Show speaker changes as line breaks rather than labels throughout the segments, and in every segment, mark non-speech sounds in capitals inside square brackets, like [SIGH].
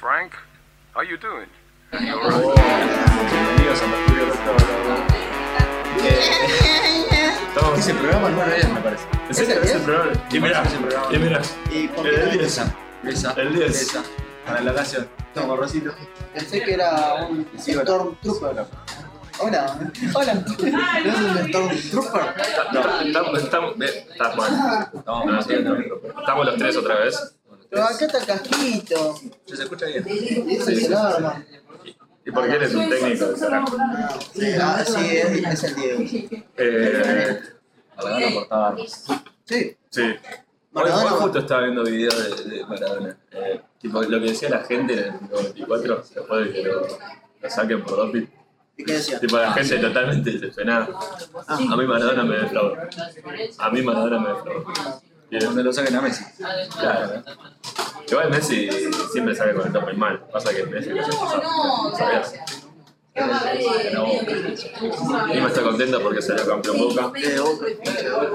Frank. How you doing?
Bienvenidos a Mercurio Retrógrado. Estamos-
Ese programa no es, me parece.
¿En serio?
¿Es
¿Es
el
el programa? ¿Quién mirá?
Es el programa.
¿Quién mirá?
¿Y por qué
Eh.
El
no?
10.
Esa, esa,
El 10.
esa.
Para la ocasión.
Toma, Rosito.
Pensé que era un
Sí, hola.
Stormtrooper. Hola. Hola. Ah, ¿No es un Stormtrooper?
No, estamos, estamos, eh, estás mal.
No,
No,
no,
sí, no. Estamos los tres otra vez.
Pero acá está el casquito.
Se se escucha bien.
Y eso es el arma.
¿Y por qué eres un técnico de carajo?
Ah, sí, ah, sí, es, es el Diego.
Eh,
A la gana cortaba.
Sí.
sí. Hoy, hoy
Maradona.
justo estaba viendo videos de, de Maradona. Eh, tipo, lo que decía la gente en el 94, después de que lo, lo saquen por doping.
¿Y qué decía?
Tipo,
Ah,
la gente totalmente decepcionada. A mí Maradona me defraudó. A mí Maradona me defraudó. Y-
Cuando lo saquen a Messi.
Claro. Igual Messi siempre sale con el top mal. Pasa que Messi no se Lima está contento porque se lo campeón Boca.
Eh, Boca.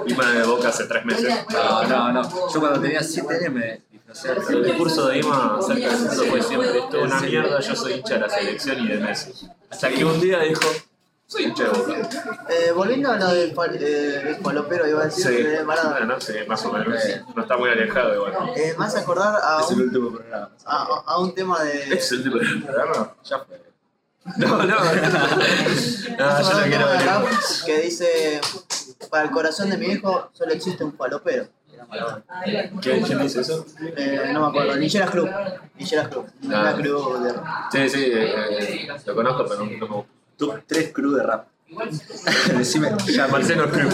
Lima de Boca hace tres meses.
No, no, no. Yo cuando tenía 7 años me disfrazé de
El
Superman.
discurso de Ima acerca del fútbol fue siempre, esto es una mierda, yo soy hincha de la selección y de Messi. Hasta que un día dijo, soy hincha de Boca.
Eh, volviendo a lo del pal- eh, del palopero, iba a decir,
Sí,
de Maradona.
bueno, sí, más o menos. No está muy alejado igual.
Eh, me hace acordar a
Es el
un,
último programa.
a, a- a un tema de.
¿Es el tipo de programa?
Ya fue.
No, [LAUGHS] no. No,
Ah,
Hace
yo no quiero
acordar un tema de
ver.
rap Que dice: Para el corazón de mi hijo solo existe un palopero.
¿Quién quién dice eso?
Eh, no me acuerdo, Nilleras Club. Nilleras Club. Una club de.
Sí, sí, eh, lo conozco, pero nunca me gusta.
Top 3 crew de rap. Decime. Ya,
Marcelo Crew.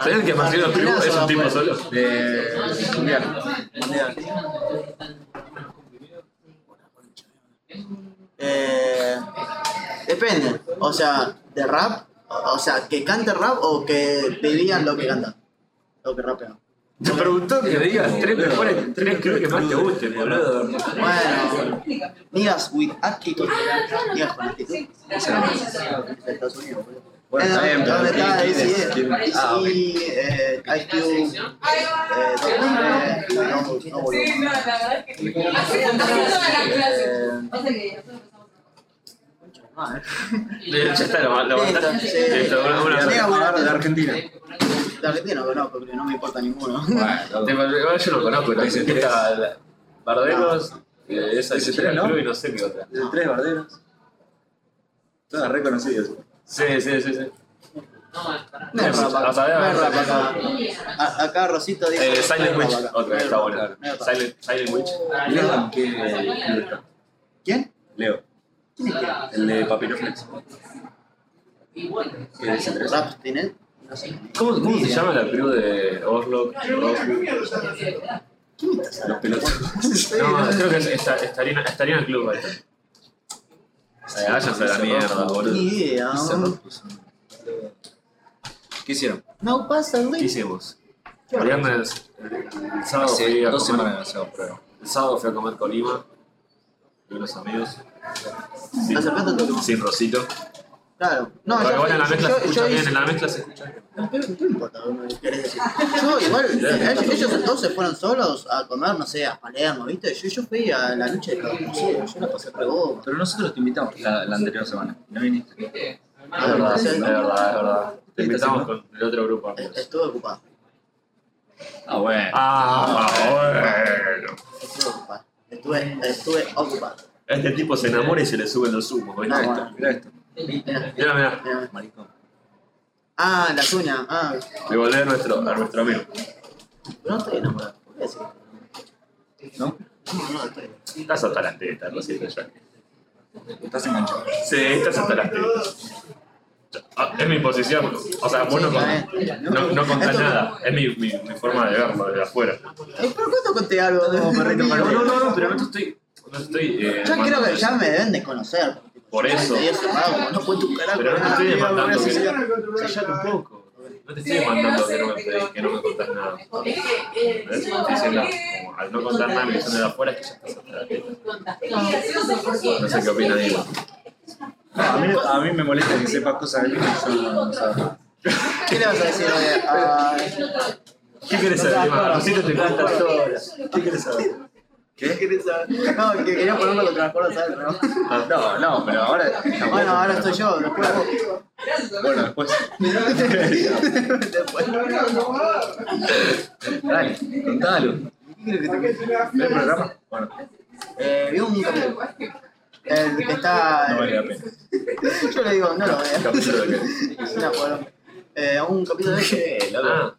¿Sabían que Marcelo Crew es un tipo solo?
De Julián. Mundial.
Eh, depende, o sea, de rap, o sea, que cante rap o que te digan lo que cantan, lo que rapean.
Te preguntó que digas tres mejores, tres creo que más te gusten, boludo.
Bueno, niggas with attitude, niggas con actitud. De Estados Unidos, boludo.
Bueno, está bien,
Eh,
pero
¿Dónde está
¿quién- quién es?
ICE?
¿Quién? Ah, ok.
ICE, eh, Ice Cube, eh, Dr. Dre, no, no, no, boludo. Eh,
Ya está, lo, lo mataste.
Sí, sí.
Listo, una- una-
Sí,
Julián
bueno,
de Argentina.
de Argentina no conozco, porque no me importa ninguno.
Te- Igual yo lo conozco, la
Dice
etiqueta la- Barderos, eh, esa
Dice
etiqueta
tres, ¿no?
Crew y no sé qué otra.
De tres barderos. Todas reconocidas.
Sí, sí, sí, sí.
No es rap
La sabemos.
acá, no es rap acá. A- Acá Rosito dice.
Eh,
no
Silent
es
Witch,
rap acá.
otra que está buena.
No es rap.
Silent, Silent Witch.
Leo, ¿qué club está?
¿Quién?
Leo, el de Papiroflex. Que es el tres.
¿Rap Tinet? [LAUGHS] No sé.
¿Cómo, cómo se llama la crew de Orlok?
Los pelotudos.
No, creo que es esta- estaría, estaría en el club. ahí. Eh, váyanse a la mierda, boludo.
Ni idea.
¿Qué hicieron?
No pasa el
¿Qué
link.
hicimos? El viernes, el, el sábado
Hace
fui a
dos
comer-
semanas hacemos prueba.
El sábado fui a comer con Lima y unos amigos. Sin,
¿Hace cuánto te
sin Rosito.
Claro. No,
Pero
yo-
igual en la
yo-
mezcla se
yo-
escucha
yo
bien,
hice-
en la mezcla se escucha bien.
No importa, no me querés decir. Yo igual, ellos, ellos entonces fueron solos a comer, no sé, a Palermo, ¿viste? Yo, yo fui a la noche de los museos, yo la pasé re
Ah,
boba.
Pero nosotros te invitamos la, la anterior semana. No viniste.
Ah,
Es verdad, es verdad, es verdad. Te
Sí,
invitamos
sí,
con el otro grupo. amigos.
Estuve ocupado,
Ah, bueno.
Ah, bueno.
estuve ocupado. Estuve, estuve ocupado.
Este tipo se enamora y se le suben los humos, ¿viste?
Ah,
Mirá
bueno.
esto, mirá esto.
Mirá,
Mira, mira,
mirá.
Maricón.
Ah, la cuña, ah.
devolver a nuestro, a nuestro amigo.
No estoy enamorado, ¿por qué decir?
¿No?
No, no, estoy.
Estás hasta las tetas, Rosito, ya.
Estás enganchado.
Sí, estás hasta las tetas. Ah, Es mi posición. O sea, Ah, vos no,
Sí,
con-
está bien.
no, no contás
Esto-
nada. Es mi, mi, mi forma de verlo de afuera.
Eh, ¿Pero cuánto conté algo de un perrito
No,
para
no, no, no, pero no te estoy. No te estoy eh,
Yo creo
mandando
que ya
eso.
me deben de conocer.
Por
Yo
eso.
te digo cerrado, no cuento un carajo.
Pero no
nada.
estoy demandando que.
Mira,
Callate un poco. No te estoy demandando que no me pedís, que no me contás nada. ¿Ves? Esa es la- como Al no contar nada, mi visión de afuera es que ya estás hasta la teta. No sé qué opina Diego.
No, a, mí, a mí me molesta que sepas cosas de mí que yo no, no sabía.
¿Qué le vas a decir eh, a.?
Eh, ¿Qué querés saber, Diego? Rosita te cuenta todo. ¿Qué querés saber?
¿Qué?
querés saber? No, que quería ponerlo contra las cuerdas, ¿sabes? Pero-
Ah, No, no, pero ahora.
Bueno, ahora estoy yo, después vos.
Bueno, después.
Después.
[LAUGHS]
Dale, contalo.
¿Qué crees que te-
¿Ves el programa? Bueno,
Eh, vi un capítulo. El que está.
no vale la pena.
Yo le digo, no lo
¿El
veas.
capítulo de qué?
Es una poronga. Eh, un capítulo de este, que.
Ah,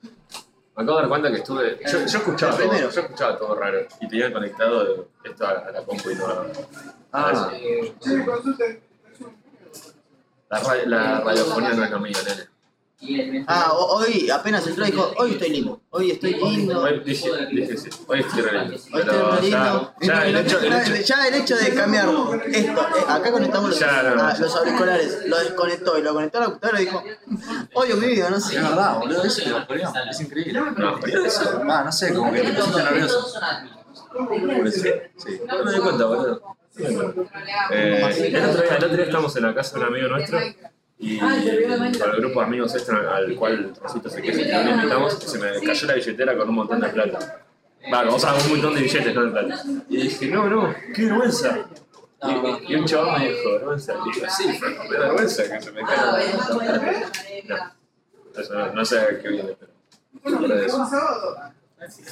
me acabo de dar cuenta que estuve. Yo, yo escuchaba
El primero.
todo, yo escuchaba todo raro. Y tenía conectado esto a, a la compu y no a
Ah,
la, ra- la radiofonía no es lo mío, nene.
Ah, ho- hoy apenas entró y dijo, hoy estoy lindo. Hoy estoy lindo.
Hoy dije, dije sí, hoy estoy re lindo.
Hoy estoy
Pero
lindo.
ya, ya el hecho, el hecho.
Ya el hecho de cambiar esto, eh, acá conectamos los,
Ya, no, no.
ah, los auriculares, lo desconectó y lo conectó a la computadora y dijo, odio mi vida, no sé.
Es verdad, boludo, eso es lo peor. Es increíble.
No, pero eso.
Eso, va, Ah, no sé, como que te pusiste nervioso.
Sí, sí. No me di cuenta, boludo. No me di cuenta. Eh, el, otro día, el otro día estábamos en la casa de un amigo nuestro y con Ah, el grupo de amigos este al cual Rosito se quiere que lo invitamos, se me cayó la billetera con un montón de plata. Va,
Eh,
o sea, un montón de billetes, no de plata. Y dije, no, no, qué vergüenza. Y, y un chaval me dijo, vergüenza. Y yo, sí, Franco, me da vergüenza que se me caiga la plata. Eso no, no sé a qué viene, pero. pero eso.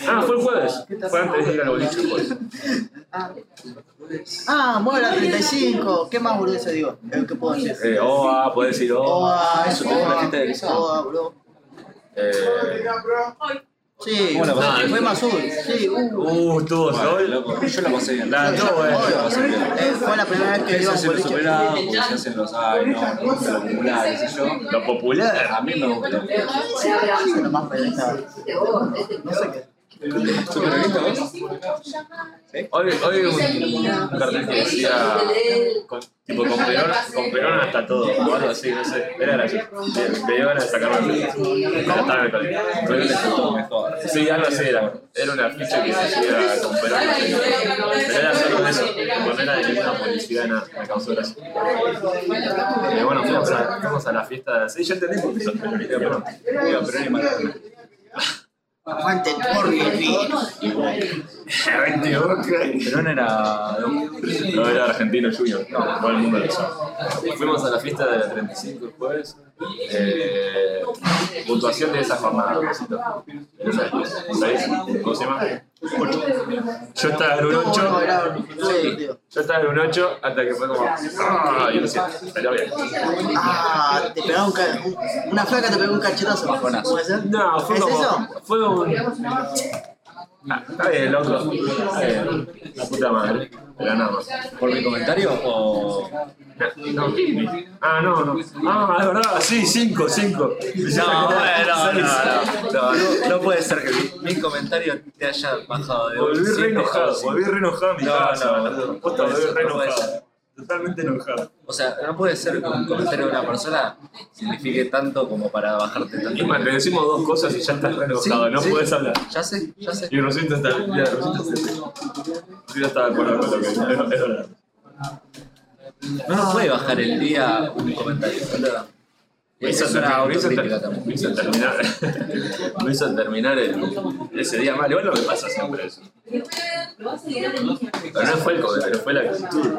Ah, fue el jueves. Fue antes de ir al boliche pues. el jueves.
Ah, mueve la 35, ¿qué más boludo se digo? Eh, ¿Qué puedo decir? Oh, ah,
Eh, Oh, OA, puedes decir OA.
Oa,
eso, tengo la gente de
oa,
Arizona.
oa, boludo.
Eh,
Sí,
¿Cómo la
pasaste?
fue más azul, sí, uh.
uh, estuvo
Bueno,
sol.
loco, yo la pasé bien.
La-
Yo
no, eh.
la pasé bien.
Eh, fue la primera vez que
Eso
iba a
se
un
lo
boliche.
superaba porque se hacen los ay, no, no, lo popular, qué sé yo.
Lo popular.
A mí me gusta.
Eso es lo más pendeja. No sé qué.
Hoy, hoy un, un cartel que decía con- tipo con Perón, con Perón hasta todo, o algo así, no sé. Era gracioso. Me- Me dio ganas de sacarme la Pero estaba en el colegio. Perón es todo. Sí, algo así era. Era una ficha que decía con Perón. hasta todo. Pero era solo eso. Cuando era de ninguna publicidad, nada, me causó gracia. Eh, bueno, fuimos a, fuimos a la fiesta. Sí, yo entendí porque son peronistas, [LAUGHS] pero.
Voy a operar y matarme.
Aguante Torri.
Perón era.
No era argentino junior, no, todo el mundo lo sabe. Fuimos a la fiesta de la 35 el jueves. Eh, puntuación de esa jornada, Rosito. En una- ¿Sabés? ¿Cómo se llama? Yo estaba en un
No,
8.
no, era muy divertido.
Yo estaba en un 8 hasta que fue como. "Ah", Y lo siento, salió bien.
Ah, te pegaba un ca- un- una flaca te pegó un cachetazo. ¿Puede ser?
No, fue
¿Es
como.
eso?
Fue un. Ah, está bien, loco. Está bien. La puta madre. De la nada.
¿Por mi comentario o.?
No, no, Ah, no, no. Ah, es verdad, sí, 5, 5. [LAUGHS]
No, bueno, no, no, no, no puede ser que mi, mi comentario te haya bajado de un
Volví re
siete a un
enojado,
cinco.
volví re enojado a mi
No,
casa,
no,
boludo.
no
Posta,
puede
volví
ser,
re
no puede
enojado.
ser.
Totalmente enojado.
O sea, no puede ser que un comentario de una persona signifique tanto como para bajarte
Es
tanto.
más, le decimos dos cosas y ya estás re enojado,
Sí,
no
sí.
puedes hablar.
Ya sé, ya sé.
Y Rosita está. Mira, Rosita se. Rosita está de acuerdo con lo que es verdad.
No nos puede bajar el día un comentario. boludo.
Me hizo,
Esa es una
me hizo
autocrítica
ter- me
también.
hizo terminar, me hizo terminar [LAUGHS] el- ese día mal. Igual no me pasa siempre eso. Pero no fue el comentario, fue la actitud.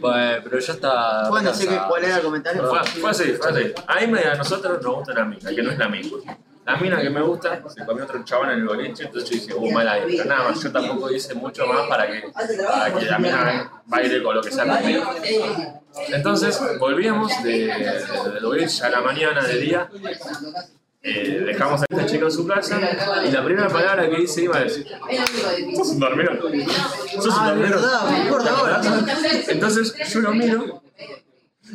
Bueno, pero yo estaba.
¿Pueden decir que-
cansado.
cuál era el comentario?
Fue, fue así, fue así. A mí me- a nosotros nos gusta la mina, que no es la misma. La mina que me gusta se comió otro chabón en el boliche, entonces yo dije, oh, mala esta. Nada más, yo tampoco hice mucho más para que, para que la mina baile con lo que sea conmigo. Entonces volvíamos de- del boliche a la mañana del día. eh, dejamos a este chico en su casa y la primera palabra que hice iba a decir: ¿Sos un dormilón? ¿Sos un
Ah, de
dormilón?
verdad, me acuerdo ahora.
Entonces yo lo miro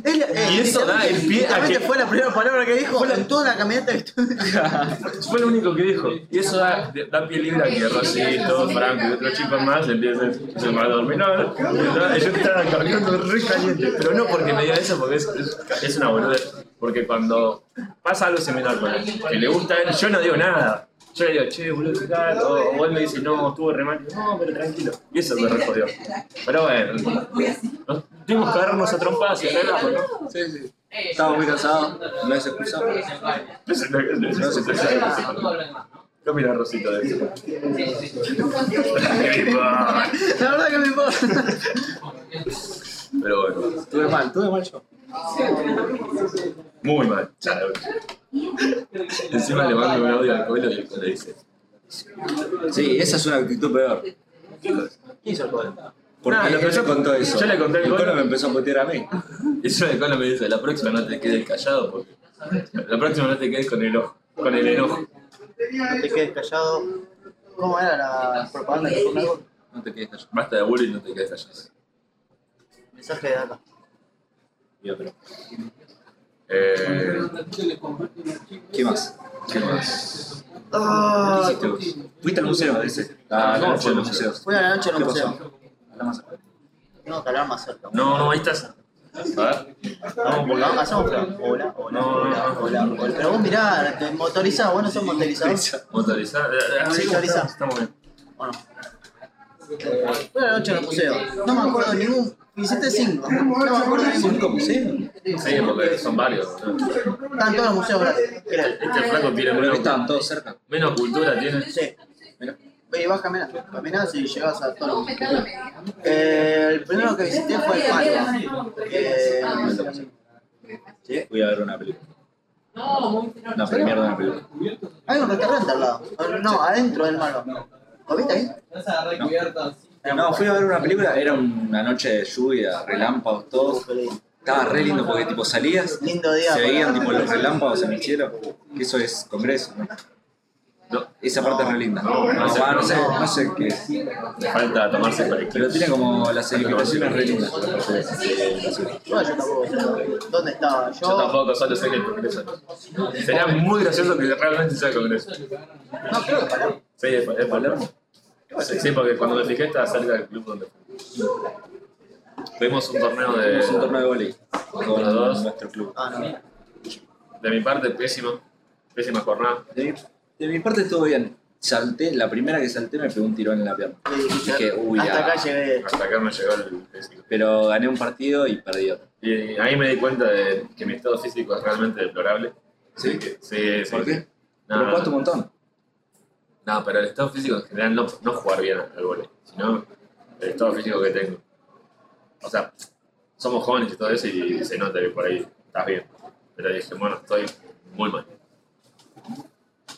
Él, eh,
Y eso da el pie a
literalmente
que-
fue la primera palabra que dijo en toda la caminata que estuve.
Fue lo único que dijo. Y eso da, da pie libre a que Rosito, Franco y otros chicos más empiecen se van a dormir. No, no, no, ellos estaban caminando re caliente. Pero no porque me diga eso, porque es, es- es una boludez. Porque cuando pasa algo similar con él, que le gusta a él, yo no digo nada. Yo le digo, che, boludo, qué gato. O él me dice, no, estuvo re mal. No, pero tranquilo. Y eso me re jodió. Pero bueno, nos tuvimos que agarrarnos a trompadas y relajo, ¿no?
Sí, sí.
[LAUGHS]
Estaba muy cansado. No es excusado.
No sé, no sé, no sé, no sé. ¿Qué opina Rosito de eso?
[LAUGHS] La verdad que me importa.
Pero bueno,
Tuve mal, tuve mal yo.
muy mal. Claro. Encima le mando un audio al coelho y el coelho dice.
Sí, esa es una actitud peor.
¿Quién hizo el gol?
Porque
Ah,
él
lo que
me
yo-
contó eso.
yo le conté el
el
gol.
cono me empezó a putear a mí.
Y eso el coelho me dice, la próxima no te quedes callado porque. La próxima no te quedes con el ojo, con el enojo.
No te quedes callado. ¿Cómo era la propaganda que fue algo?
No te quedes callado. Basta de bullying, no te quedes callado.
Mensaje de acá.
Eh,
¿Qué más?
¿Qué más?
Ah,
¿Qué hiciste vos?
¿Fuiste al museo ese?
Ah,
no,
no,
fue al
no.
museo.
fui a la noche en
¿Qué
el museo.
Hablamos-
Tengo que hablar más cerca.
No, no, ahí estás. A ver.
Vamos, volvamos, hacemos plan. Hola, hola,
No, no,
hola,
no.
hola, hola. Pero vos mirá, te motorizás, vos no sos motorizado.
Motorizar. eh,
Ah,
eh,
Sí,
sí,
motorizá.
Estamos bien.
Bueno. Fui a la noche en el museo. No me acuerdo de ningún. Hiciste cinco. No me acuerdo de
¿Cinco
ningún.
museos?
Sí, porque son varios. ¿no?
Están todos los museos gratis. creo.
Este flaco tiene
Pero que
menos,
estaban todos cerca.
menos cultura, tiene.
Sí.
Mirá.
Ve y vas caminando. Caminás y llegás a todos los museos.
Aumentado media.
Eh, el primero que visité fue el Palma. Eh,
Voy a ver una película.
No,
La primera de una película.
hay un restaurante al lado. No, adentro del Malva. ¿Comiste ahí?
No, fui a ver una película, era una noche de lluvia, relámpagos, todo. Estaba re lindo porque tipo salías,
Lindo día.
se
para-
veían tipo los relámpagos en el cielo, que eso es congreso, ¿no?
No.
Esa parte es re linda.
No, no sé,
Ah, no sé,
no.
no sé qué es.
Le falta tomarse el colectivo.
Pero tiene como las edificaciones re lindas.
No, yo tampoco. ¿Dónde estaba? Yo,
Yo tampoco, solo sé que el Congreso. Sería muy gracioso que realmente sea el Congreso.
No, creo que Palermo.
Sí, es es Palermo. Sí, sí, porque cuando me fijé estaba cerca del club donde Tuvimos un torneo de.
Es un torneo de volei con
Los dos.
nuestro club.
Ah, no.
De mi parte, pésimo. Pésima jornada.
De mi, de mi parte estuvo bien. Salté, la primera que salté me pegó un tirón en la pierna.
Le dije,
Dije, uy,
hasta
ah.
acá llegué.
Hasta acá no llegó el físico.
Pero gané un partido y perdí otro.
Y ahí me di cuenta de que mi estado físico es realmente deplorable.
¿Sí?
Que- Sí, sí.
¿Por qué?
No,
Pero
no, no.
jugaste un montón.
No, pero el estado físico en general no, no jugar bien al vole, sino el estado físico que tengo. O sea, somos jóvenes y todo eso y se nota que por ahí estás bien. Pero dije, bueno, estoy muy mal.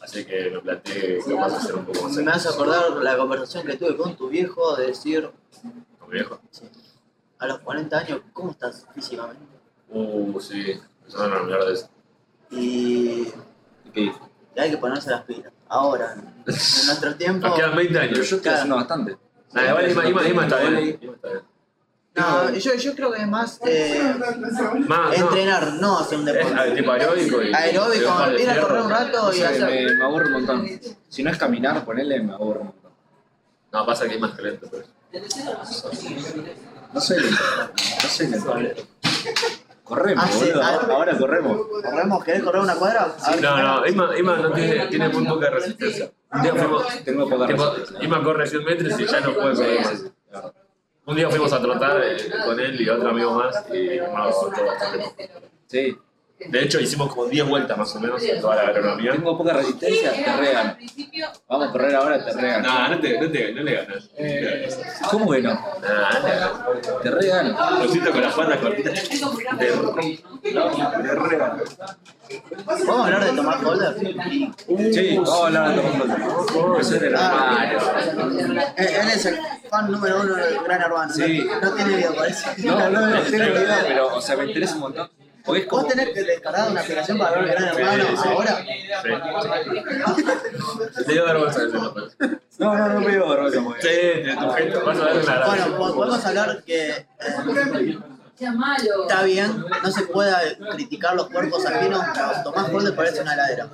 Así que me planteé que vas a hacer un poco más
Me
serio
hace acordar la conversación que tuve con tu viejo de decir
con mi viejo.
a los 40 años, ¿cómo estás físicamente?
Uh, sí, empezaron a hablar de eso.
Y
Ok.
y hay que ponerse las pilas. Ahora, en nuestro tiempo.
Nos quedan 20
Pero
años.
yo estoy haciendo bastante.
Nada, igual Ima, Ima, Ima está bien.
Vóley.
Ima está bien.
No, yo, yo creo que es más eh,
Más, Ah, no. Ah,
entrenar, no hacer un
Es a-
deporte.
tipo aeróbico y. y
Aeróbico,
hojas de
ir a
fierro.
correr un rato
No
y
sé,
hacer.
me, me aburro un montón. Si no es caminar, ponerle, me aburro un montón.
No, pasa que es más lento. Pero...
No soy lento. No soy lento. Corremos,
Hace-
boludo.
hace-
Ahora corremos.
¿Corremos? ¿Querés correr una cuadra? A ver,
No, no,
pará.
Ima, Ima no tiene, tiene muy poca resistencia. Un día fuimos.
Tengo poca
Tipo,
resistencia.
Ima corre 100 metros y ya no puede correr más. Un día fuimos a trotar eh, con él y otro amigo más y nos aguantó bastante poco.
Sí.
De hecho, hicimos como 10 vueltas más o menos en toda la agronomía.
Tengo poca resistencia, te regan. Vamos a correr ahora, te regan.
No, no, te, no, te, no le ganas.
¿Cómo que no?
Nah, no le ganas.
Te regan.
Rosito con las patas cortitas. Te rompe.
Te regan.
¿Podemos hablar de tomar folder?
Sí, vamos a hablar de Tomás Falta. Ah, Eso era
Ah,
hermano.
Él, Eh, él es el fan número uno del Gran Urbano.
Sí.
No, no tiene video, parece.
No, no, no tengo idea, pero, o sea, me interesa un montón. Porque es como-
¿Vos tenés que descargar una aplicación para ver el Gran
Sí,
Hermano
sí.
ahora?
Sí. Te dio vergüenza decirlo. pero- Sí,
No, no, no me dio vergüenza, porque-
te tu gesto. Vas a ver una
Bueno, po- podemos hablar que eh,
Llamalo.
está bien, no se pueda criticar los cuerpos ajenos, pero Tomás Folder parece una ladera.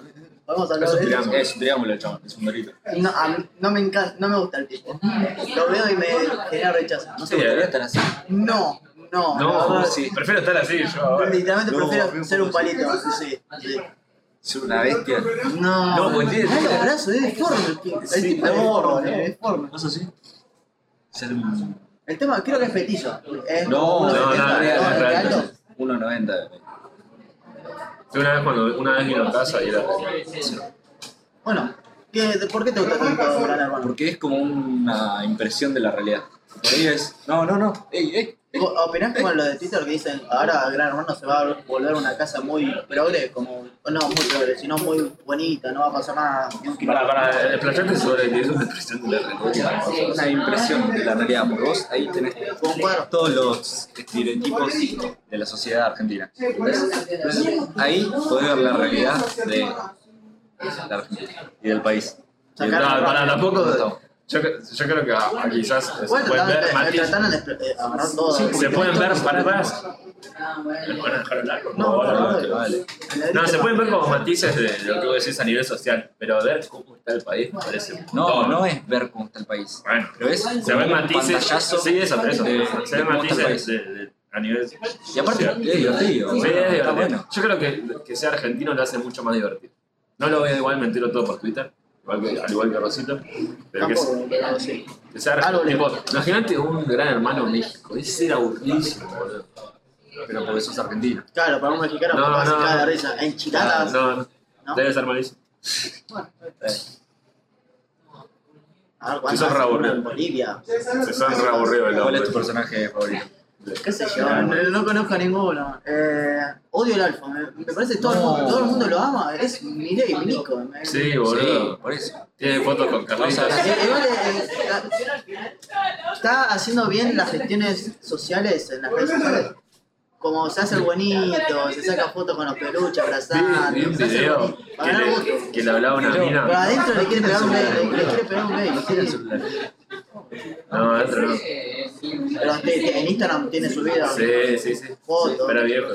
¿Podemos hablar
Eso
de eso?
tiramos.
Es un triángulo, chaval, es un dorito.
No, a mí- no me encanta, no me gusta el tipo. Lo veo y me genera rechazo.
No te gustaría estar así.
No, no, la
No,
verdad,
Ah, sí. prefiero estar así yo ahora.
Literalmente
No, a mí
prefiero
un
ser un
poco
palito. Sí, sí.
Es una bestia.
No,
No, porque tiene-
Ay, los brazos, es deforme. el tipo, El
Sí,
tipo es
no,
deforme,
no.
es deforme.
¿Vos así? Ser un.
El tema, creo que es petillo. Es
No, no,
uno de
no,
estos,
no,
real,
¿no?
es
¿De
real.
alto?
1.90. de-
Yo una vez cuando una vez vino a casa y era.
Bueno, ¿Qué, de- ¿Por qué te gusta tanto Gran Hermano?
Porque es como una impresión de la realidad. Por ahí es, no, no, no, ey, ey.
¿Vos ¿Opinás como lo de Twitter que dicen ahora Gran Hermano se va a volver una casa muy progre, como, no muy progre, sino muy bonita, no va a pasar nada? ni un
Para,
quilombo?
para, explayarte sobre que es una impresión de la realidad.
Es una impresión de la realidad, porque vos ahí tenés
Concuerdo.
todos los estereotipos de la sociedad argentina. Entonces, ahí podés ver la realidad de la Argentina y del país.
No, para, tampoco. Yo, yo creo que ah, quizás se
Bueno,
pueden
trataron
ver
de-
matices.
trataron de expl- eh, agarrar todo.
Se pueden ver, para, para. ¿Me van a dejar hablar? No, no, no,
Vale, vale.
No, se pueden ver como matices de lo que vos decís a nivel social, pero ver cómo está el país me parece un
No,
montón.
no es ver cómo está el país.
Bueno,
Pero es
se
como
ven
un
matices.
pantallazo.
Sí, eso, por eso. se
de- de
ven
cómo está el
matices
país.
de- de- a nivel social.
Y aparte, es divertido.
Sí, es
Está
divertido.
bueno.
Yo creo que que sea argentino lo hace mucho más divertido. No lo veo igual, me entero todo por Twitter, igual que- al igual que Rosito, pero que,
Tampoco, pero sí.
que sea
Algo
argentino.
le-
Tipo, Imagínate un gran hermano México, ese era aburridísimo, boludo. Pero porque sos argentino.
Claro, para un mexicano,
No,
para
no,
no, de
no.
risa. Enchiladas.
No, no,
¿No?
debe ser malísimo.
A
Sí, son
ver, ¿cuántas?
raburrios.
Una en Bolivia.
Se son re aburridos el
¿Cuál es
hombre.
tu personaje favorito?
¿Qué sé yo? No, no conozco a ninguno. Eh, odio el alfa. Me, me parece que todo, el
No.
mundo, todo el mundo lo ama. Es Milei y Nico. me-
Sí,
Sí,
boludo.
por eso.
Tiene fotos con Carlitos.
Vamos a
Eh, igual, eh, está, está haciendo bien las gestiones sociales en las redes sociales. Como se hace el bonito, se saca fotos con los peluches,
Vi,
abrazando.
vi un
se hace el
video
bonito.
que
Para ganar votos.
le, que le hablaba a una
Pero-
Pero
mina.
adentro le quiere pegar un
Tiene el
gay, le, le
celular.
quiere pegar un gay.
Tiene el
sí.
celular.
No, adentro no.
Ah,
Pero en- en Instagram tiene su vida,
Sí, sí, sí.
fotos.
Pero viejo.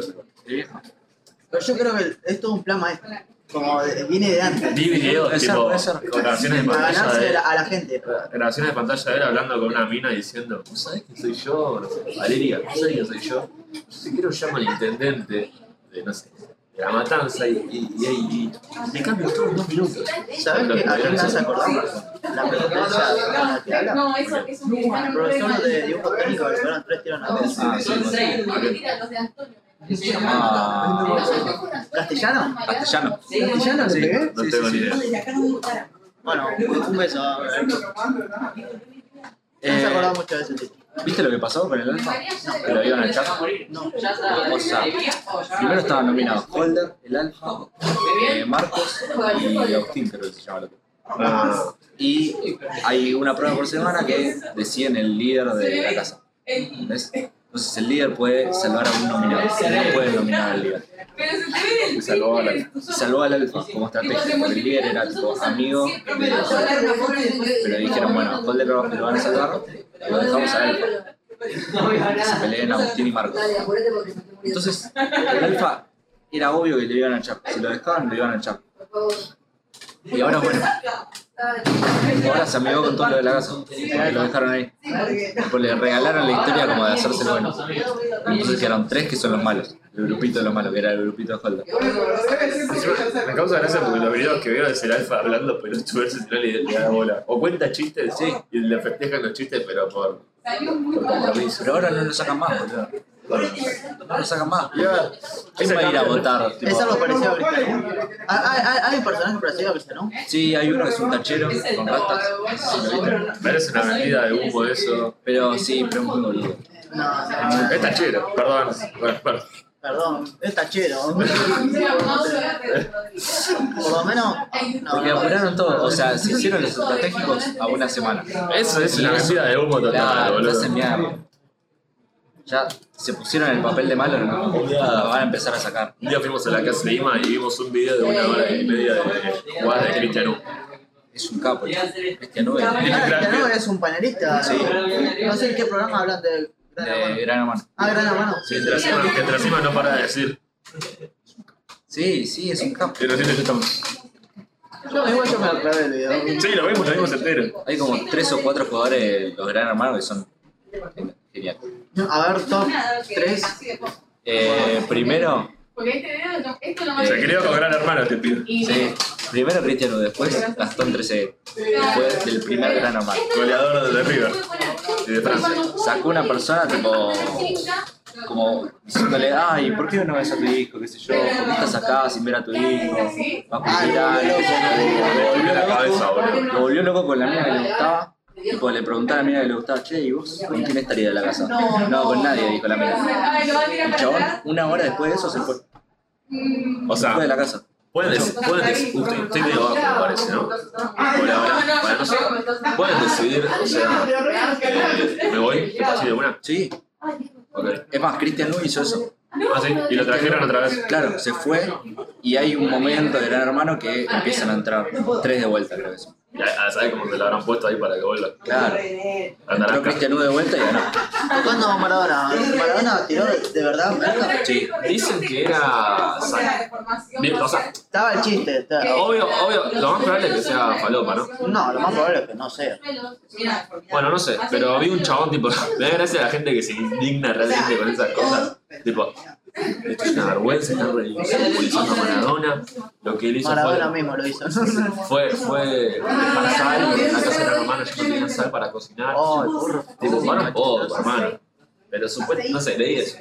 Pero yo creo que es todo un plan maestro. Como de- viene de
[LAUGHS]
antes.
Vi videos
Esa-
tipo
esa-
grabaciones de
Para
pantalla
ganarse
de
a la, a la gente.
grabaciones de pantalla de él hablando con una mina diciendo, ¿vos sabés quién soy yo? No sé, Valeria, ¿vos sabés quién soy yo? Yo si quiero llamo al intendente de, no sé, de la matanza y, y, y- y- me cambio todo en dos minutos.
¿Sabes qué? ¿A quién me hace acordar? La competencia de la que habla.
No, eso es un
El profesor de dibujo técnico que fueron tres tiros a la vez.
Ah, sí, bueno. Ah,
¿Castellano?
Castellano. ¿eh?
¿Castellano le pegué?
No
Sí,
tengo
sí,
ni
sí.
idea.
Bueno, un beso. No se
Eh,
acordaba mucho de ese tipo.
¿Viste lo que pasó con el Alfa?
¿Que
¿Que lo iban a echar?
No.
O sea, primero estaban nominados Holder, el Alfa, eh, Marcos y Agustín, creo que se llama el otro.
Ah,
Y hay una prueba por semana que deciden el líder de la casa. ¿entendés? Entonces el líder puede salvar a un nominado, si no puede nominar al líder.
me salvó a la-
Y salvó al Alfa como estrategia, porque el líder era tipo amigo, pero dijeron, bueno, Holder lo lo van a salvar, lo dejamos a Alfa, que se peleen Agustín y Marcos. Entonces, el alfa era obvio que le iban a echar. Si lo dejaban, le iban a echar. Y ahora, bueno, ahora se amigó con todo lo de la casa. Y lo dejaron ahí. Pues le regalaron la historia como de hacerse el bueno. Y entonces quedaron tres que son los malos. El grupito de los malos, que era el grupito de Holder.
Ah, Encima, Me causa gracia porque los videos que veo es el alfa hablando, pero tú ves el le, le da bola. O cuenta chistes, sí, y le festejan los chistes, pero por.
Por compromiso. Pero ahora no lo sacan más, boludo. No lo sacan más. ¿Quién va a ir a votar? Tipo,
Es algo parecido a Cristiano. Ah, Hay, hay, hay un personaje parecido a Cristiano.
sí, hay uno que es un tachero con ratas.
Merece una vendida de humo eso.
Pero sí, pero es muy boludo.
No,
Ah,
no,
Es tachero, perdón. Bueno, bueno.
perdón, es tachero. Por lo menos. No,
Porque
no,
apuraron todo. O sea, se hicieron los estratégicos a una semana.
Eso es una vendida de humo total,
Claro, ya se
boludo.
mierda. Ya se pusieron el papel de malo, ¿no? La van a empezar a sacar.
Un día fuimos a la casa de Ima y vimos un video de una hora y media de jugadas de Cristian Hugo.
Es un capo, ya. Bestia nube.
Ahora Cristiano es un panelista.
Sí.
No sé en qué programa hablan de Gran
De
Hermano.
gran hermano.
Ah, Gran Hermano.
Mientras Ima, mientras Ima no para de decir.
Sí, sí, es un capo.
Y recién ya estamos.
Yo igual yo me aclaré el video.
Sí, lo vimos, lo vimos entero.
Hay como tres o cuatro jugadores de los gran hermanos que son genial.
A ver, top tres.
Eh, primero,
este
Se crió con gran hermano este pibe.
sí, primero Cristiano, después Gastón 13, después del primer gran hermano.
Goleador de River. Y de Francia.
Sacó una persona tipo como diciéndole, ay, ¿por qué no ves a tu hijo? ¿Qué sé yo? ¿Por qué estás acá sin ver a tu hijo? Más
Ay,
publicidad.
boludo,
Me volvió
la
loco.
cabeza, boludo.
Lo volvió loco con la mina que le gustaba. Tipo, le preguntaba a la mina que le gustaba, che, ¿y vos con quién estaría de la casa?
No,
No, con nadie, dijo la mina.
Ay, Ah, lo va a tirar
El
para
chabón,
atrás.
una hora después de eso, se fue, se
Mm.
O sea,
fue de la casa.
pueden decir, pueden decir, usted- estoy medio abajo, me parece, ¿no?
Ay,
Hola, hola.
Ah, no, no,
Bueno, no sé.
no, no, no.
Pueden decidir, o sea, eh, me voy, te paso de una.
Sí,
Ok.
es más, Cristian Lu hizo eso.
Ah, sí, y lo trajeron otra vez.
Claro, se fue y hay un momento de Gran Hermano que empiezan a entrar tres de vuelta, creo que son.
Ya, ya sabes cómo te lo habrán puesto ahí para que vuelva.
Claro,
La
entró
naranja.
Cristian Lu de vuelta y ganó.
¿Cuándo Maradona? Maradona tiró de, de verdad. Maradona.
Sí, dicen que era. san- Bien, o sea,
Estaba el chiste. estaba-
obvio, obvio, lo más probable es que sea falopa, ¿no?
No, lo más probable es que no sea.
Bueno, no sé, pero vi un chabón, tipo, [LAUGHS] me da gracia a la gente que se indigna realmente con esas cosas. Tipo, esto es una vergüenza, están ridiculizando a Maradona. Lo que él hizo
Maradona
fue.
mismo lo hizo. [LAUGHS]
Fue, fue para sal, en la casa de la hermana ya no tenían sal para cocinar.
Oh, el burro.
Tipo, para un poco, hermano. Pero supuestamente, no sé, leí eso.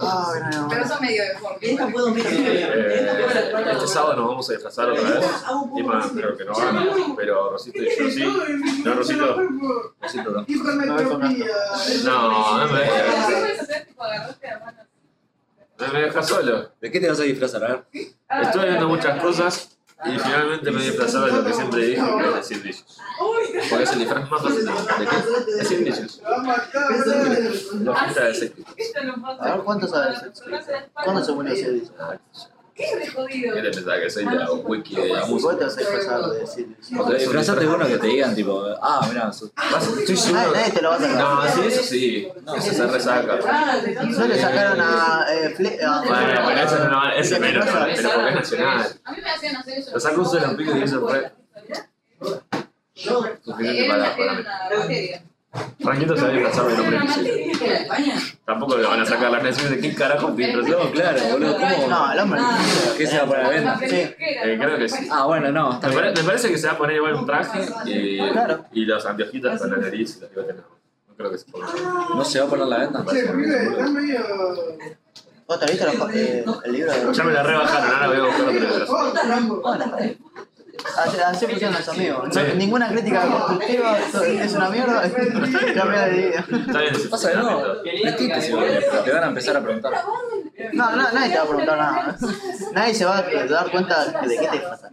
Ah, no.
Pero eso medio deforme.
Eh, este sábado nos vamos a disfrazar otra vez. Encima, creo que no van, pero Rosito y yo sí. No, Rosito, Rosito no. eh. No, no me dejas, no me dejas solo.
¿De qué te vas a disfrazar? A ver.
Estuve viendo muchas cosas y finalmente me he disfrazado de lo que siempre dije, que es de Sid Vicious. Porque es el disfraz más fácil de ¿De qué? De Sid Vicious. La fiesta de Sid Vicious.
A ver, ¿cuánto sabes? ¿Cuándo se murió ese disco?
Ay,
¿Qué de jodido?
¿Qué te pensás que soy de la wiki de la
¿Y
música?
vos te vas a disfrazar de Silvio?
Ok,
Disfrazate
disfraz-
uno que te digan, tipo, ah, mirá, sos-
Vas- estoy
Nadie,
seguro.
Ah, nadie te lo va a sacar.
No, sí, eso sí. Eso se resaca.
Solo le sacaron a. Eh, Fle- a-
Bueno, bueno, ese no, no, ese
¿Qué
menos,
pasa?
pero porque es nacional.
A mí me hacían hacer eso.
Lo saco un solo pico y eso fue suficiente para, para mí. Franquito se va a disfrazar de nombre invisible. Tampoco le van a sacar las canciones de qué carajo te disfrazó.
No, claro, boludo, ¿cómo?
No, el hombre.
¿Qué
Ah.
se va para venta?
Eh, creo que sí.
Ah, bueno, no, está
Me, pare-
bien.
me parece que se va a poner igual un traje y,
Claro.
y los anteojitos con la nariz y los bigotes nada más. No creo que se ponga.
Ah.
¿No se va a poner la venta?
¿Vos te viste los- eh, el libro de.?
Ya me la rebajaron, ahora voy a buscar otro disfraz.
Así, así funcionan los amigos. No-
Sí.
Ninguna crítica constructiva todo- es una mierda. Cambia de idea.
Está bien, se
Pasa de nuevo, vestite si volvés, pero te van a empezar a preguntar.
No, no, nadie te va a preguntar nada. Nadie se va a dar cuenta de qué te pasa.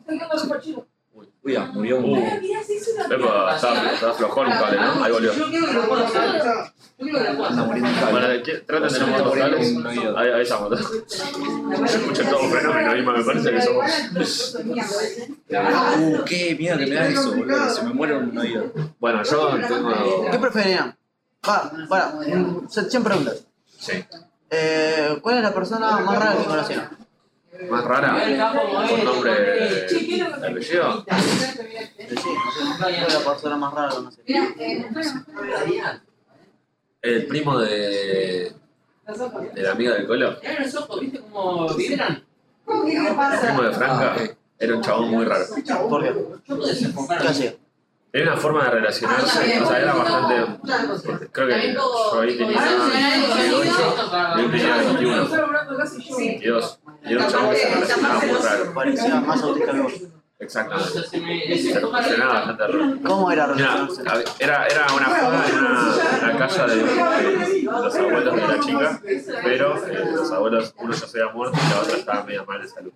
Uy, ah, murió
Uh,
un...
Pepa, está, está flojón, cable, ¿no? Ahí volvió.
Anda muriendo un cable.
Bueno, ¿de qué? traten de no matar cables. Ahí, ahí estamos. Se escucha todo un fenómeno, Ima, me parece que somos.
Uh, qué miedo que me da eso, boludo, que se me muera un oído.
Bueno, yo tengo.
¿Qué preferirían? Va, para, mm, 100 preguntas.
Sí.
Eh, ¿Cuál es la persona más rara que conocieron?
Más rara. Con nombre. de apellido.
Decí, no sé, ¿Cuál es la persona más rara que conocieron?
eh,
El primo de. de la amiga del colo. El primo de
Ah,
Franca. Era un chabón muy raro.
¿Por qué? ¿Qué hacía?
Era una forma de relacionarse. O sea, era bastante. Creo que yo ahí tenía 18. Y
eh,
él tenía 21. 22. Y era un chabón que se relacionaba muy raro.
Parecía más autista que vos.
Exactamente. Se relacionaba bastante raro.
¿Cómo era
Mira,
relacionarse?
a ver, era, era una joda en una, en la casa de, de los abuelos de la chica, pero eh, los abuelos, uno ya se había muerto y la otra estaba media mal de salud.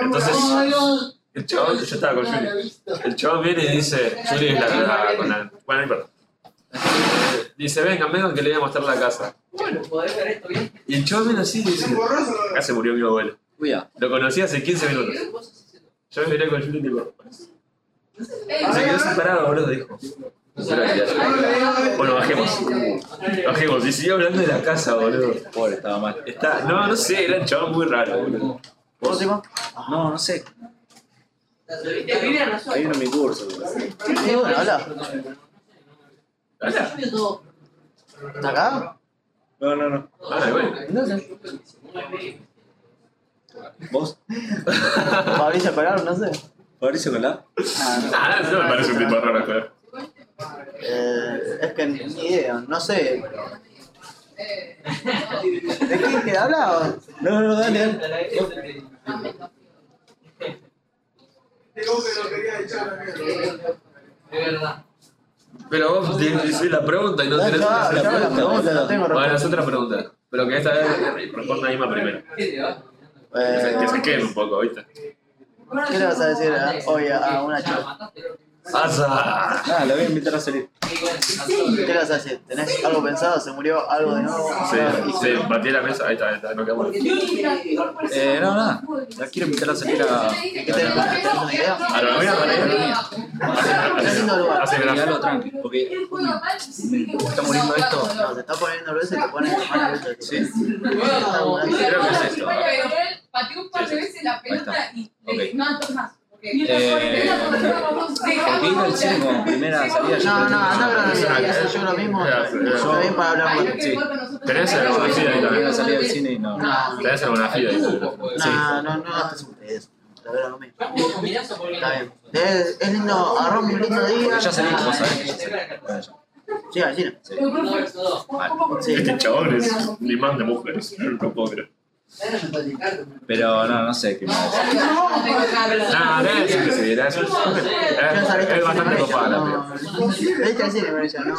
Entonces, el chabón, yo estaba con Juli, el chabón viene y dice, Juli es la, la- con la, bueno, no importa. Eh, Dice, venga, venga que le voy a mostrar la casa. Y el chabón viene así y dice, acá se murió mi abuelo.
Uy, ah,
Lo conocí hace 15 minutos. Yo me miré con Juli y digo, se quedó separado, boludo, dijo. No será que ya- bueno, bajemos. Bajemos. Y siguió hablando de la casa, boludo.
pobre, estaba mal.
Está, no, no sé, era un chabón muy raro, boludo.
¿Próximo?
No, no sé, hay uno en mi curso. boludo.
Sí, bueno, habla.
Ah,
¿Está acá?
No, no, no.
bueno.
Entonces,
¿Vos?
Fabricio Colar, no sé.
¿Fabricio Colá?
Ah,
Ah, no me parece un tipo raro, pero.
eh, es que ni idea, no sé. ¿De quién queda hablado? No, no, dale, dale.
Pero vos te hiciste la pregunta y no
Ya,
tenés
ya,
que hacer
ya
la
la pregunta la tengo
Bueno, es
respuesta.
otra pregunta. Pero que esta vez responda Ima primero. Que se, que se
Eh,
queden un poco, ¿viste?
¿Qué le vas a decir ah, hoy a, a una chica?
¡Asa!
Ah, la voy a invitar a salir.
¿Qué le vas a decir? ¿Tenés algo pensado? ¿Se murió algo de nuevo?
Sí, sí, batí la mesa. Ahí está, ahí está, no quedamos.
Eh, no,
Ah.
nada. La quiero invitar a salir a.
¿Qué tenés ¿Tenés una idea?
Ah,
A lo mira, para ella.
haciendo algo.
Hace gracia.
Miralo tranqui, porque está muriendo esto.
No, se está poniendo grueso y te pone mal grueso.
Sí.
Creo que es esto.
Pateó un par de veces la pelota y
Ok.
le no antes más. porque-
Eh, Porque ir al cine como primera salida.
No,
yo creo
no,
que
anda
es
pero no
una-
sé, yo lo mismo. Yo bien para hablar con
Sí.
¿Tenés alguna
Sí,
fila ahí
la primera
también?
salida del cine,
Ah,
no.
No,
¿Tenés alguna fila ahí también?
no, no, no gastes ustedes. La verdad, no me. Está bien. Es, es lindo, agarramos un lindo día.
Porque ya salí, vos sabés que ya salí. Bueno, ya.
Sí, al cine. Sí.
Este chabón es un imán de mujeres. No puedo creer.
Pero no, no sé qué más.
No, debe decir que sí, debe decir.
Ya salí
Es,
al
es
cine
bastante
con
copada
ella,
la piba.
no. Saliste al cine con ella, no.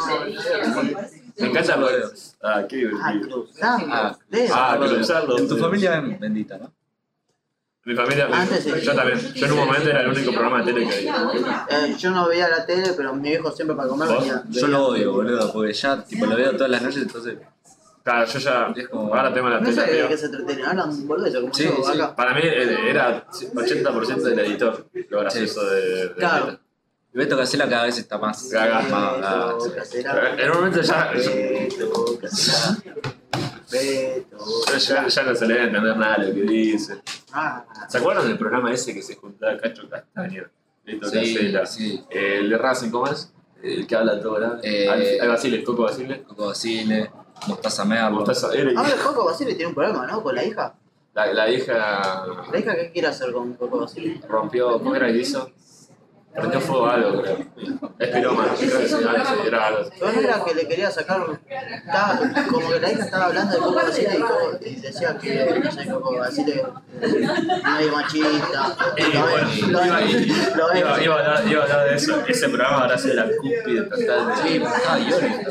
Me encanta lo de. Ah, qué
Ah,
divertido.
cruzamos. De eso.
Ah, cruzarlo.
En tu familia bendita, ¿no?
Mi familia.
Antes sí.
Yo también. Yo en un momento era el único programa de tele que veía.
Eh, yo no veía la tele, pero mi viejo siempre para comer
¿Vos?
venía.
Yo lo odio, boludo, porque ya tipo lo veo todas las noches, entonces.
Claro, yo ya.
Es como-
Ahora tengo la
No
tele.
sé de
tío.
qué se entretiene, hablan boludeces como
Sí,
yo
sí.
acá.
Para mí eh, era 80% del editor, lo gracioso de, de
Claro.
Beto Casela cada vez está más.
Gaga.
Eh,
más- más-
Beto,
Teta.
Casera,
Eh, En un momento ya,
Eh, Beto, Casera, Beto.
ya, ya no se le debe entender nada de lo que dice.
Ah,
¿Se acuerdan del programa ese que se juntaba Cacho Castaña? Beto
Sí,
Casella,
sí.
Eh, el de Racing, ¿cómo es? El que habla todo Ah, grande.
Eh,
Al- al Basile, Coco Basile. Ah,
Coco Basile, Mostaza Ah. Merlo.
Mostaza, era-
ahora Coco Basile tiene un problema, ¿no? Con la hija.
la, la hija
¿La hija qué quiere hacer con Coco Basile?
rompió, ¿cómo era que hizo? Prendió fuego a algo, creo. Es piroma, creo que sí, era algo.
Yo no era que le quería sacar. estaba- como que la hija estaba hablando de Coco Basile y, Coco- y decía que no sé, Coco Basile eh, nadie machista.
Eh,
Lo
bueno,
es, lo
iba,
es, lo
iba, iba,
es.
iba a hablar, iba a hablar de eso. Ese programa ahora sí de la cúspide total de.
Sí, porque estaba Iorio también,
No,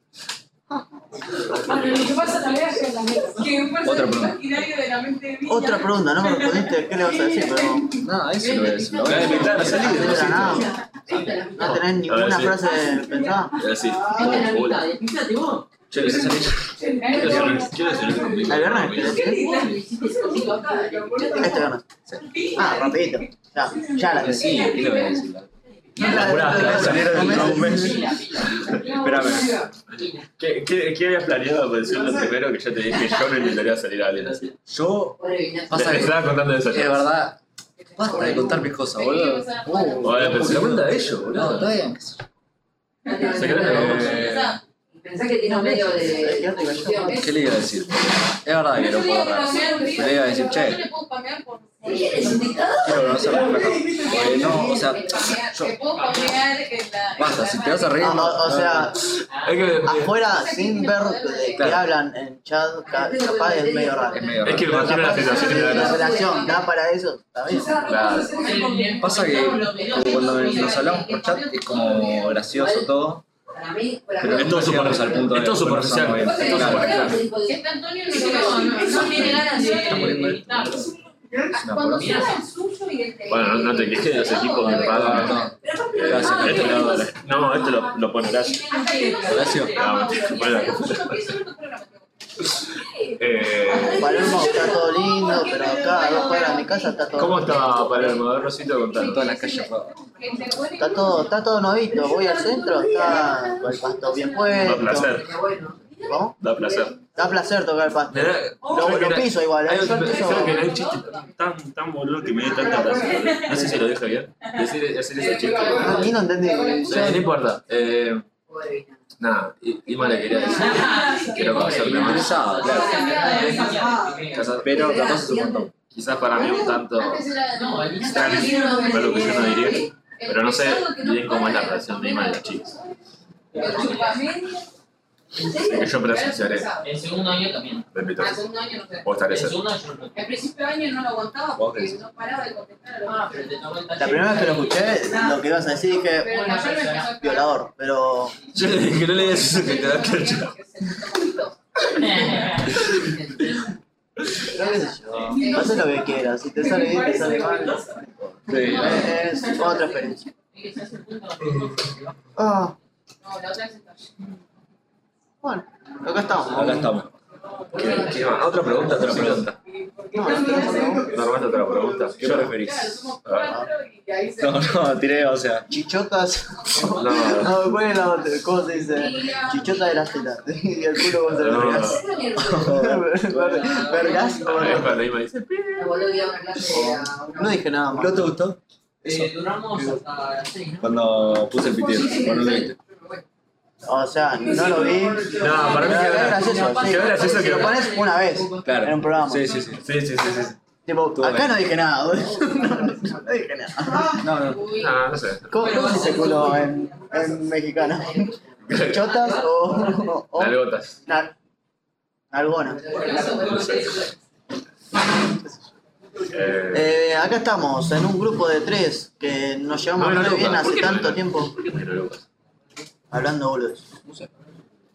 Bueno, lo que pasa también es que la que un
Otra
personaje
pregunta.
imaginario de la mente mía.
Otra pregunta, no me respondiste qué le vas a decir, pero.
No, eso lo es. Lo voy
La
a invitar a
No,
salir.
no,
no sé.
no, no tenés
A ver,
ninguna
sí.
frase pensada.
Era así. Hola.
vos.
Che, ¿querés salir?
Quiero ser honesto, quiero ser honesto conmigo.
¿El viernes? ¿Querés
¿Qué
ir? Este viernes. Ah, rapidito. Ya, ya la
Sí, ¿qué le voy a decir?
¿Qué, qué, ¿Qué habías planeado para decir lo primero que yo te dije? Yo no intentaría salir a alguien así.
Yo.
Te
Pasa que.
estaba contando eso.
Es verdad. Basta de contar mis cosas, boludo. Uh.
Oye, pero se cuenta de ellos,
No,
boludo.
está bien. qué sé yo.
Ah,
Se creen que vamos.
Pensá que tiene un medio de.
¿Qué le iba a decir? Es verdad que no puedo hablar. Pero le iba a decir, che, [LAUGHS] quiero conocer a Flaca. Porque no, o sea, yo. Ah, Basta, si te vas a reír.
Ah, o, o sea,
Es que,
Ah,
afuera sin ver de- que
Claro.
hablan en chat, ca- capaz es medio raro.
Es medio
es que
raro.
me imagino la situación y me da
La
gracia.
relación da para eso, está bien.
Claro. Pasa que como cuando nos hablamos por chat es como gracioso todo.
Para mí, para
Pero
Es todo
no llegamos
superficial.
al punto de
Es todo superficial.
conocernos
Es
bien.
todo
Claro.
superficial.
Si está Antonio, no, no, no tiene ganas de. Ah,
Está muriendo de- Es una
Cuando
poronga.
sea el suyo y el de.
Bueno, no te quejes de los equipos de
Ah,
Raga.
no.
Este lado de la- No, este lo, lo pone Horacio.
Horacio.
Ah, bueno. Eh,
Palermo está todo lindo, pero acá a dos cuadras de mi casa está todo.
¿Cómo está Palermo? A ver, Rosito,
Están
contando.
todas las calles rojas.
Está todo, está todo novito. Voy al centro, está con el pasto bien
Un
puesto.
placer.
bueno.
¿Cómo?
Da placer.
Da placer tocar el pasto.
Me da-
Lo,
creo que
lo
era-
piso igual, ¿eh?
Hay
Yo
un-
piso-
creo que no hay un chiste tan, tan boludo que me dé tanta placer. No sé si lo dije bien. Decir, hacer ese chiste.
Ah, Aquí no entendí.
Sí, no importa. Eh, nada, I- Ima le quería decir. Quiero conocerle más.
Interesado, claro.
Quizás-
Pero capaz es un montón.
Quizás para mí un tanto
No, el
extraño, fue lo que yo no diría. Pero no sé bien cómo es la relación de Ima y los chicos.
Ah.
Sé que yo presenciaré
El segundo año también.
la
Al
invitación.
segundo año no sé.
O estaré
El
cerca.
segundo año yo no.
Al principio de año no lo aguantaba porque no paraba de contestar a los
Ah,
demás.
pero te tocó el
La primera vez que lo
[LAUGHS]
escuché, lo que ibas a decir dije,
Pero el mayor me empezó a
violador, pero
Yo le dije, no le digas eso que te da
que se
cancha.
tocó
no qué sé yo, haces lo que quieras, si te sale bien, te sale mal,
Sí.
es otra experiencia. Ah,
No, la otra vez estalló.
bueno, acá
Acá
estamos.
estamos.
¿Qué- qué más? Otra pregunta, otra pregunta.
No, no tenemos preguntas.
Normalmente otra pregunta. Yo-
¿Qué
Claro,
preferís?
somos cuatro y ahí se.
No, no, tiré, o sea.
Chichotas. [LAUGHS]
No, no,
No, ¿cuál es la otra? ¿Cómo se dice? Chichota de las tetas. [LAUGHS] Y el culo con
No, no.
vergas. ¿Vergas o
no. Es
vergas?
cuando Ima dice,
No dije nada más.
¿No te gustó?
Eh, duramos hasta las seis, ¿no?
Cuando puse el pitido. Cuando lo viste.
O sea, no lo vi.
No, Ah, para mí
Pero
quedó
es gracioso.
gracioso.
sí.
Quedó gracioso
Si
que
lo pones una vez.
Claro.
En un programa.
Sí, sí, sí.
Sí, sí, sí, sí, sí.
Tipo,
Todo
acá
bien.
no dije nada, boludo. [LAUGHS] No, no, no dije nada.
No, no.
Ah, No, no sé.
¿Cómo, cómo se dice culo en, en mexicano?
[LAUGHS]
¿Chotas o,
Oh.
o, o
Nalgotas.
nar- nalgona?
Eh,
Eh, acá estamos, en un grupo de tres que nos llevamos
No, no,
muy
no,
bien
Ah, ¿por
hace
qué no,
tanto
no?
tiempo
¿Por qué me nalgotas?
hablando boludos.
Porque,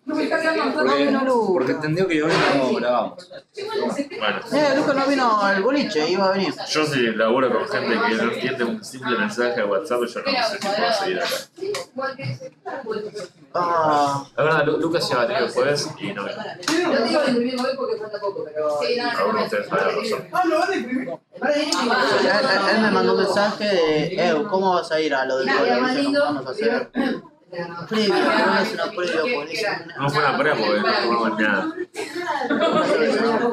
No, no, no.
porque entendió que hoy no grabamos.
Bueno,
Eh, Lucas no vino al boliche, iba a venir.
yo si laburo con gente que no entiende un simple mensaje de WhatsApp, yo no sé si puedo seguir acá.
Ah,
La verdad, Lu- Lucas lleva tres jueves y no vino. Algunos de ustedes sabe la razón.
él, él- él me mandó un mensaje de, eh, ¿cómo vas a ir a lo del
Nadie más
boliche?
lindo.
No vamos a hacer previo, pero no es una previa,
No fue una prueba porque no tomamos nada.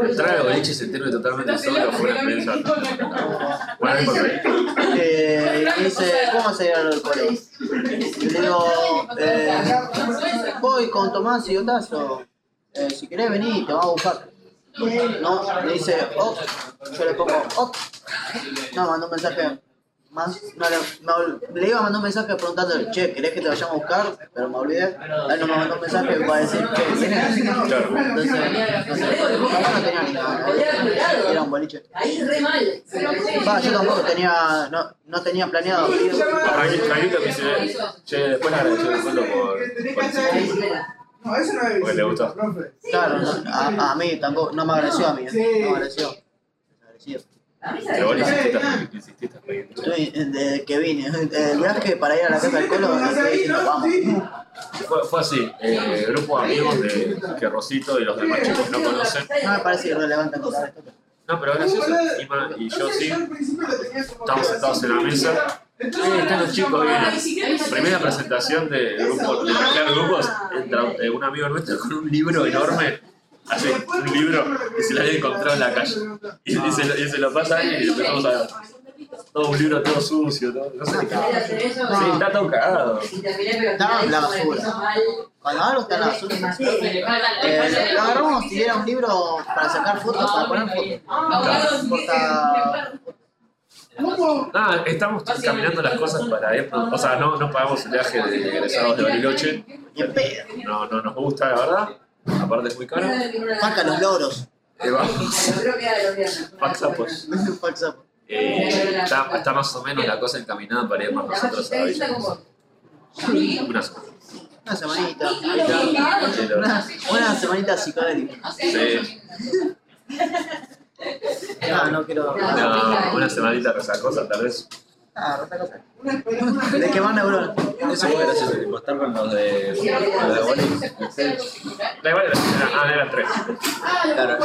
Entrar al boliche y sentirme totalmente solo fue una experiencia. Bueno, no importa.
Eh, y dice, ¿cómo vas a ir a lo del colegio? Y le digo, eh, voy con Tomás y Otazo. Eh, si querés venir, te vamos a buscar. No, me dice, oh, yo le pongo, oh. No, mandó un mensaje más. No, le, me ol- le iba a mandar un mensaje preguntándole, che, ¿querés que te vayamos a buscar? Pero me olvidé. Él Ah, no me mandó un mensaje para decir, che, ¿vienes?
Claro.
Entonces, no sé, yo no tenía ni nada. ¿no? Era un boliche. Va, yo tampoco tenía, no, no tenía planeado. ir.
Jaquito Jaquito me dice, che, después le agradeció el sueldo por, por el ciclo,
No, eso no es.
porque le gustó.
Profe.
Claro, no, a, a mí tampoco, no me agradeció a mí, eh, no me agradeció. Desagradecido.
Que vos le insististe, le insististe. Jaquito.
Estoy desde que vine. El viaje para ir a la casa del colo, le estoy diciendo, vamos.
Fue, fue así, eh, grupo de amigos de, que Rosito y los demás chicos no conocen.
No me Ah, parece irrelevante contar esto.
No, pero gracioso, Ima y yo sí, estamos sentados en la mesa. Eh, están los chicos, vienen. Primera presentación de grupo, de mezclar grupos, entra eh, un amigo nuestro con un libro enorme, hace un libro que se lo había encontrado en la calle. Y, y se, lo- y se lo pasa a alguien y le empezamos a ver. Todo un libro todo sucio, todo, no sé qué. Sí, está todo cagado.
Cuando hablo está en la basura. Eh, lo agarramos y era un libro para sacar fotos,
Ah,
para poner fotos.
Nada, estamos caminando las cosas para ir, o sea, no, no pagamos el viaje de egresados de Bariloche,
Ni en pedo.
no, no nos gusta, la verdad, aparte es muy caro.
Saca los logros. [LAUGHS]
Eh, pues. vamos.
Paxapos.
Falsa.
Eh, está, está más o menos la cosa encaminada para irnos nosotros a Bariloche. Una semana.
Una semanita. ahí está.
Sí, la verdad.
Una, una semanita psicodélica.
Sí.
No, no quiero.
Una, una semanita resacosa, tal vez.
Ah, otra cosa. ¿De qué más neuronas?
Eso fue gracioso, tipo, estar con los de. Los de boli.
Da igual, era- ah, eran tres.
Claro.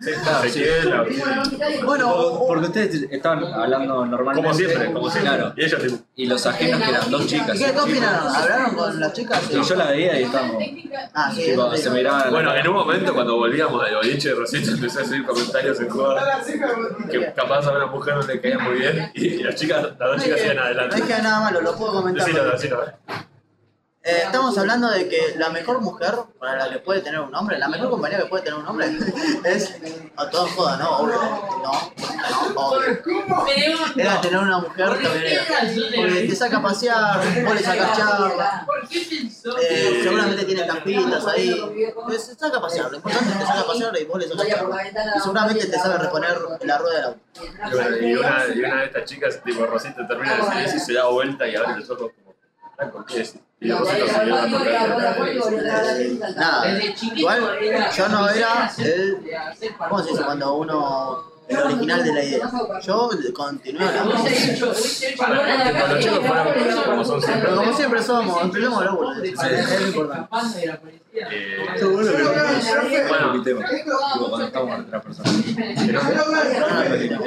Sí,
Claro, sí.
Ezequiel, la-
Por- Porque ustedes estaban hablando normalmente.
Como siempre, como siempre.
Claro.
Y ellos, tipo,
Y los ajenos que eran dos chicas.
¿Y qué, qué
un chico.
opinaron? ¿Hablaron con las chicas?
Y yo la veía y estábamos.
Ah, sí. eso
Tipo,
sí.
se miraban.
Bueno, en un momento cuando volvíamos del boliche, Rosita empezó a hacer comentarios en joda que capaz a una mujer no le caía muy bien y las chicas, las dos chicas iban
No es que
adelante.
hay nada malo, lo puedo comentar.
Decilo, decilo.
Eh, estamos hablando de que la mejor mujer para la que puede tener un hombre, la mejor compañía que puede tener un hombre [LAUGHS] es. A todos joda, ¿no? Obvio. No, no, obvio. Era tener una mujer también. Porque te saca a pasear, vos le sacas charla, eh, seguramente tiene campitas ahí. Te se saca a pasear, lo importante es que te saca a pasear y vos le sacas charla. Y seguramente te sabe reponer la rueda del auto.
Y bueno, y una, y una de estas chicas, tipo Rosita, termina de decir eso y se da vuelta y abre los ojos como, "Franco, ¿qué es? Y Rosita se dio a tocar la
Nada. Igual, yo no era el. ¿Cómo se dice cuando uno. el original de la idea? Yo continué la
cara. Cuando los chicos fueron como son siempre,
Pero como siempre somos, empezamos a laburo. Es lo importante.
eh,
Bueno, tipo, cuando estamos con otra persona.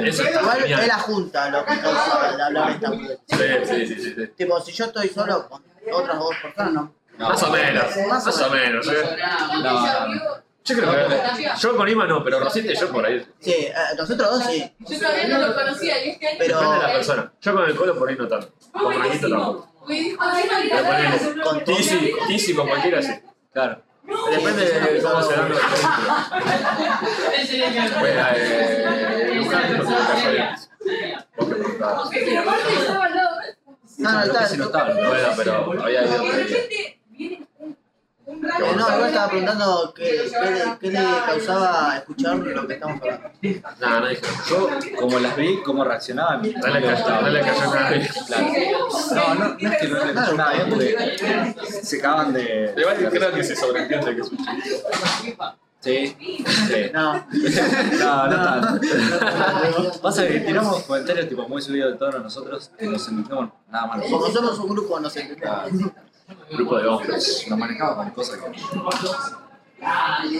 eso está
Igual es
genial.
la junta lo que causa el hablar de esta mujer.
Sí, sí, sí, sí, sí.
Tipo, si yo estoy solo con
[LAUGHS]
otras dos personas, no.
No,
Más o menos, más o menos. ¿eh?
no, no.
Yo creo que yo con Ima no, pero Rosita y yo por ahí.
Sí, eh, nosotros dos sí.
Yo todavía no lo conocía y es que
Pero
Depende de la persona. Yo con el colo por ahí no tanto. Con Franquito tampoco.
me dijo, ay, María,
Pero
dale,
ponele,
seguro
con
que-
Tizi, Tizi con cualquiera sí.
Claro.
Depende de cómo se dan los
[LAUGHS]
vínculos. Bueno, eh, Lucas, no creo que haya eso. Vos me preguntabas.
Pero aparte estaba al lado,
No, no, está.
Casi no estaba. ¿no?
Bueno, pero había ido
de
por ahí.
repente viene un- un
Eh,
rayo.
no, yo estaba preguntando qué, qué le, qué le causaba escuchar lo que estamos hablando.
No, no dije nada.
Yo, como las vi, cómo reaccionaban.
No le cayó, no le cayó nada bien.
Claro. No, no, no es que no le cayó nada bien porque se acaban de.
Igual creo que se sobreentiende que es un chiste.
Sí. [LAUGHS] sí.
No,
No, no tanto. Pasa que tiramos comentarios tipo muy subidos de tono nosotros y nos entendemos nada más.
como somos un grupo, no sé.
Claro.
Grupo de hombres.
Nos manejaba con cosas que.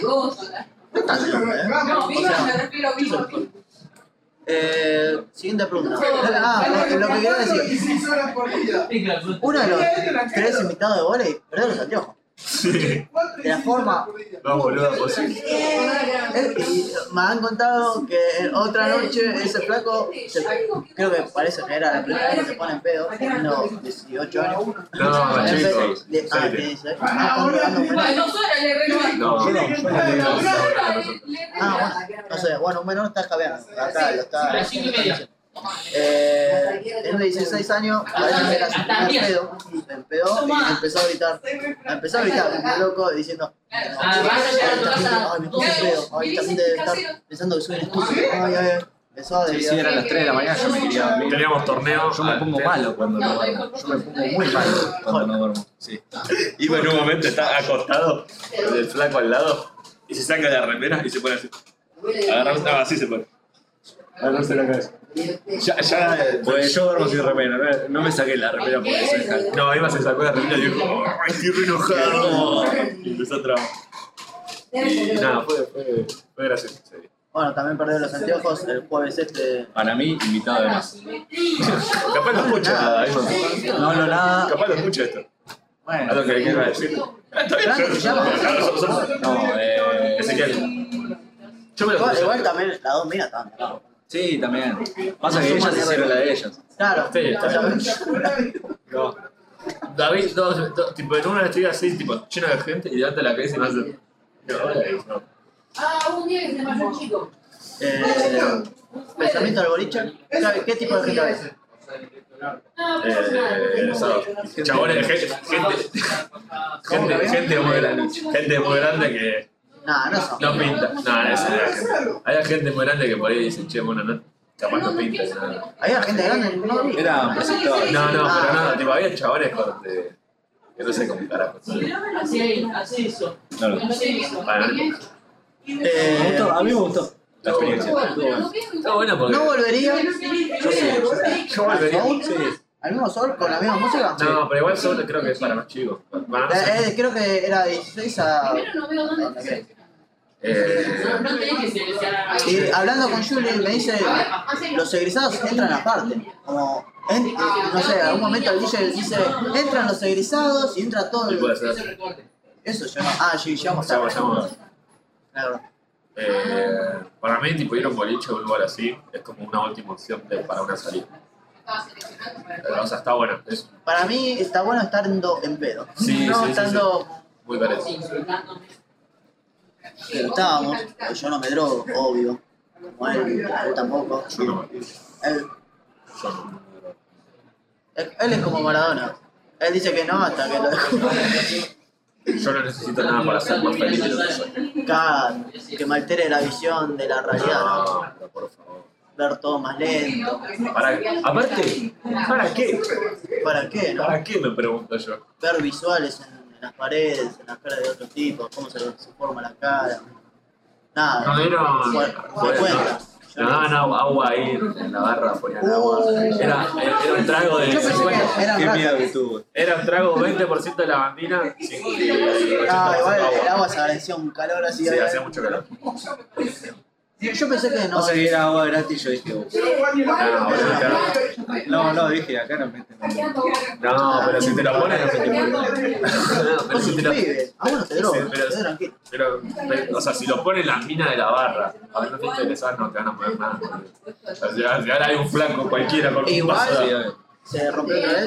No está solo, ¿eh?
No, vivo,
O sea,
me refiero vivo.
Eh, siguiente pregunta. Ah, lo, lo que quería decir. Uno de los tres invitados de volei perdió los anteojos. De la forma.
No, boludo, pues posible.
eh, y me han contado que en otra noche ese flaco, se- creo que parece que era la primera vez que se pone en pedo, teniendo 18 años.
No,
En pedo,
chicos.
de- ah, tiene 18. Ah, están pegando un
Bueno,
menor.
dos horas le regalé.
No,
Yo
no.
no, yo no le
Dos
digo.
horas le- le regalé.
Ah, bueno, no sé, bueno, un menor está jabeando. Acá lo está. Eh, él de 16 años,
Ah,
parece que era su primer pedo, se empedó y empezó a gritar. Empezó a gritar, como loco, diciendo.
Ah, vas a llegar a tu casa.
Ay, me puse pedo. Ay, también debe estar pensando que soy un estúpido. Ay, ay, ay. Empezó a
Sí, sí,
delirar.
eran las 3 de la mañana, yo me quería dormir.
Teníamos torneo. Ah,
Yo me pongo malo cuando no duermo. Yo me pongo muy malo cuando no duermo. Sí.
Iba en un momento, está acostado, con el flaco al lado, y se saca la remera y se pone así. Agarra, no, así se pone. Agarrarse la cabeza. Ya, ya. eh,
Pues yo duermo sin remera, no, no me saqué la remera porque soy hack.
No, Iba se sacó la remera y dijo, "Oh, estoy re enojado.
eh,
Y empezó a trabajar. Y nada, fue, fue, fue gracioso. sí.
Bueno, también perdió los anteojos el jueves este.
Para mí, invitado de más.
Capaz lo escucha, Iba.
No hablo nada.
Capaz lo escucha esto. A lo
Bueno,
que le quiero decir. Ah, Está bien,
Franco,
yo-
¿te llamas?
Ah, nosotros somos-
no, eh.
Ezequiel. Yo me lo
Igual,
escucho.
igual también las dos minas estaban. ¿no?
Sí, también. Pasa que ellas hicieron la de ellas.
Claro,
Sí, está bien.
o sea,
No.
David, dos, dos- tipo, en una estoy así, tipo, lleno de gente, y levanta la cabeza y me hace. No, hola, y no.
Ah, un día que se pasó un chico.
eh, pensamiento del boliche. ¿Sabe ¿Qué tipo de gente es?
Ah, pues,
Eh, el sábado. Chabones, gente, gente, gente, gente muy grande, gente muy grande que
Nah, no son.
no pinta. No, esa es la gente. Hay gente muy grande que por ahí dicen, che, bueno, no, capaz no pinta. No,
Había gente grande en el
Ah,
boliche.
Eran presentadores.
no, no
Ah,
pero no, tipo, había chabones corte, que no sé cómo carajo.
Así, así hizo.
No, no.
Bueno,
Me
Eh,
gustó, a mí me gustó la experiencia.
pero no
está bueno porque
no volvería.
veo-
Yo sí,
yo volvería.
sí.
¿Al mismo sol con la misma música?
No, pero igual solo creo que es para más chicos. Bueno, no sé.
Eh, eh, creo que era de 16 a.
Primero no veo dónde está.
Eh,
No tenés que silenciar a
Y hablando con Julie me dice, los egresados entran aparte. Como, en- eh, no sé, en algún momento el DJ dice, entran los egresados y entra todo
y
el...
puede ser.
Eso yo no. Ah, sí, llegamos
Ya
tarde.
vayamos.
Claro.
Eh, para mí, tipo, ir a un boliche o un lugar así es como una última opción de- para una salida. Eh, O sea, está bueno. Es
Para mí está bueno estando en pedo.
Sí, sí,
no
sí,
estando
muy parecido.
que lo estábamos, porque yo no me drogo, obvio. Bueno, él tampoco.
Yo no.
Él,
Yo no.
él- él es como Maradona. Él dice que no hasta que lo
[LAUGHS] Yo no necesito nada para ser más feliz de lo que soy.
Claro, que me altere la visión de la realidad.
No, pero por favor.
Ver todo más lento.
Para, aparte, ¿para qué?
¿Para qué, no?
¿Para qué me pregunto yo?
Ver visuales en, en las paredes, en las caras de otro tipo, cómo se, se forma la cara.
No
Nada.
vieron.
Bueno,
Bueno,
no cuenta.
Le daban agua, agua ahí en la barra, ponían agua. Era, era un trago de
Yo pensé
50.
que eran
Qué miedo
ratas.
que tuvo.
Era un trago 20% de lavandina, 50 y 80%
Ah, igual el
agua.
agua se agradecía un calor así.
Sí, hacía mucho calor.
Yo pensé que no.
No sé que era agua gratis, yo dije, "Uf".
No, boludo, claro.
no, no, dije, acá no meten.
No, pero si te lo pones, no se te pone. No, pero
Vos sos
si
un
te lo
pibe. Ah, bueno, te
Sí,
drogas.
pero-
te tranquilo.
pero, pero, o sea, si lo pones las minas de la barra, a ver, no te interesas, no te van a poner nada. boludo. O sea, si ahora hay un flanco cualquiera con un
Igual.
vaso
eh,
de-
Se rompió otra vez.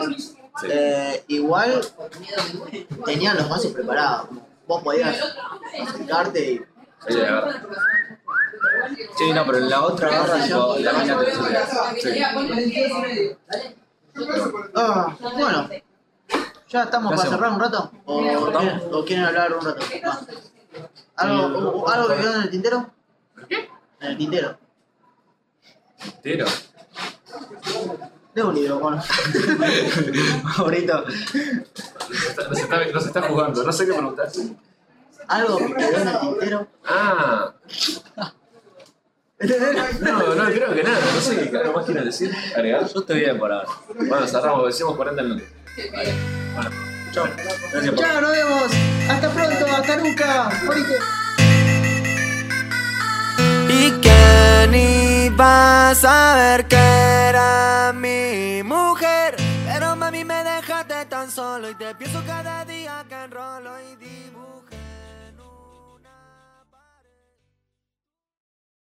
Sí.
Eh, igual tenían los mazos preparados. Vos podías acercarte y.
Sí, de verdad.
Sí, no, pero en la otra barra tipo, la mina te decía,
Ah, bueno. ¿Ya estamos
¿Qué
para
hacemos?
cerrar un rato? ¿O, quieren, o quieren hablar un rato? más? ¿Algo, o- ¿Algo que quedó en el tintero? ¿Qué? En el tintero.
Tiro.
De un libro, bueno. [LAUGHS] Favorito.
Nos está, nos está jugando, no sé qué preguntar.
¿Algo que quedó en el tintero?
Ah, no, no, creo que nada, no sé qué carajo más quieren decir. ¿Agregar?
Yo estoy bien por ahora.
Bueno, cerramos, decimos 40 minutos.
Chao. Gracias por
Chao, nos vemos. Hasta pronto, hasta nunca. Favorito.
¿Y quién iba a saber que era mi mujer? Pero mami me dejaste tan solo y te pienso cada día que enrolo y dibujo.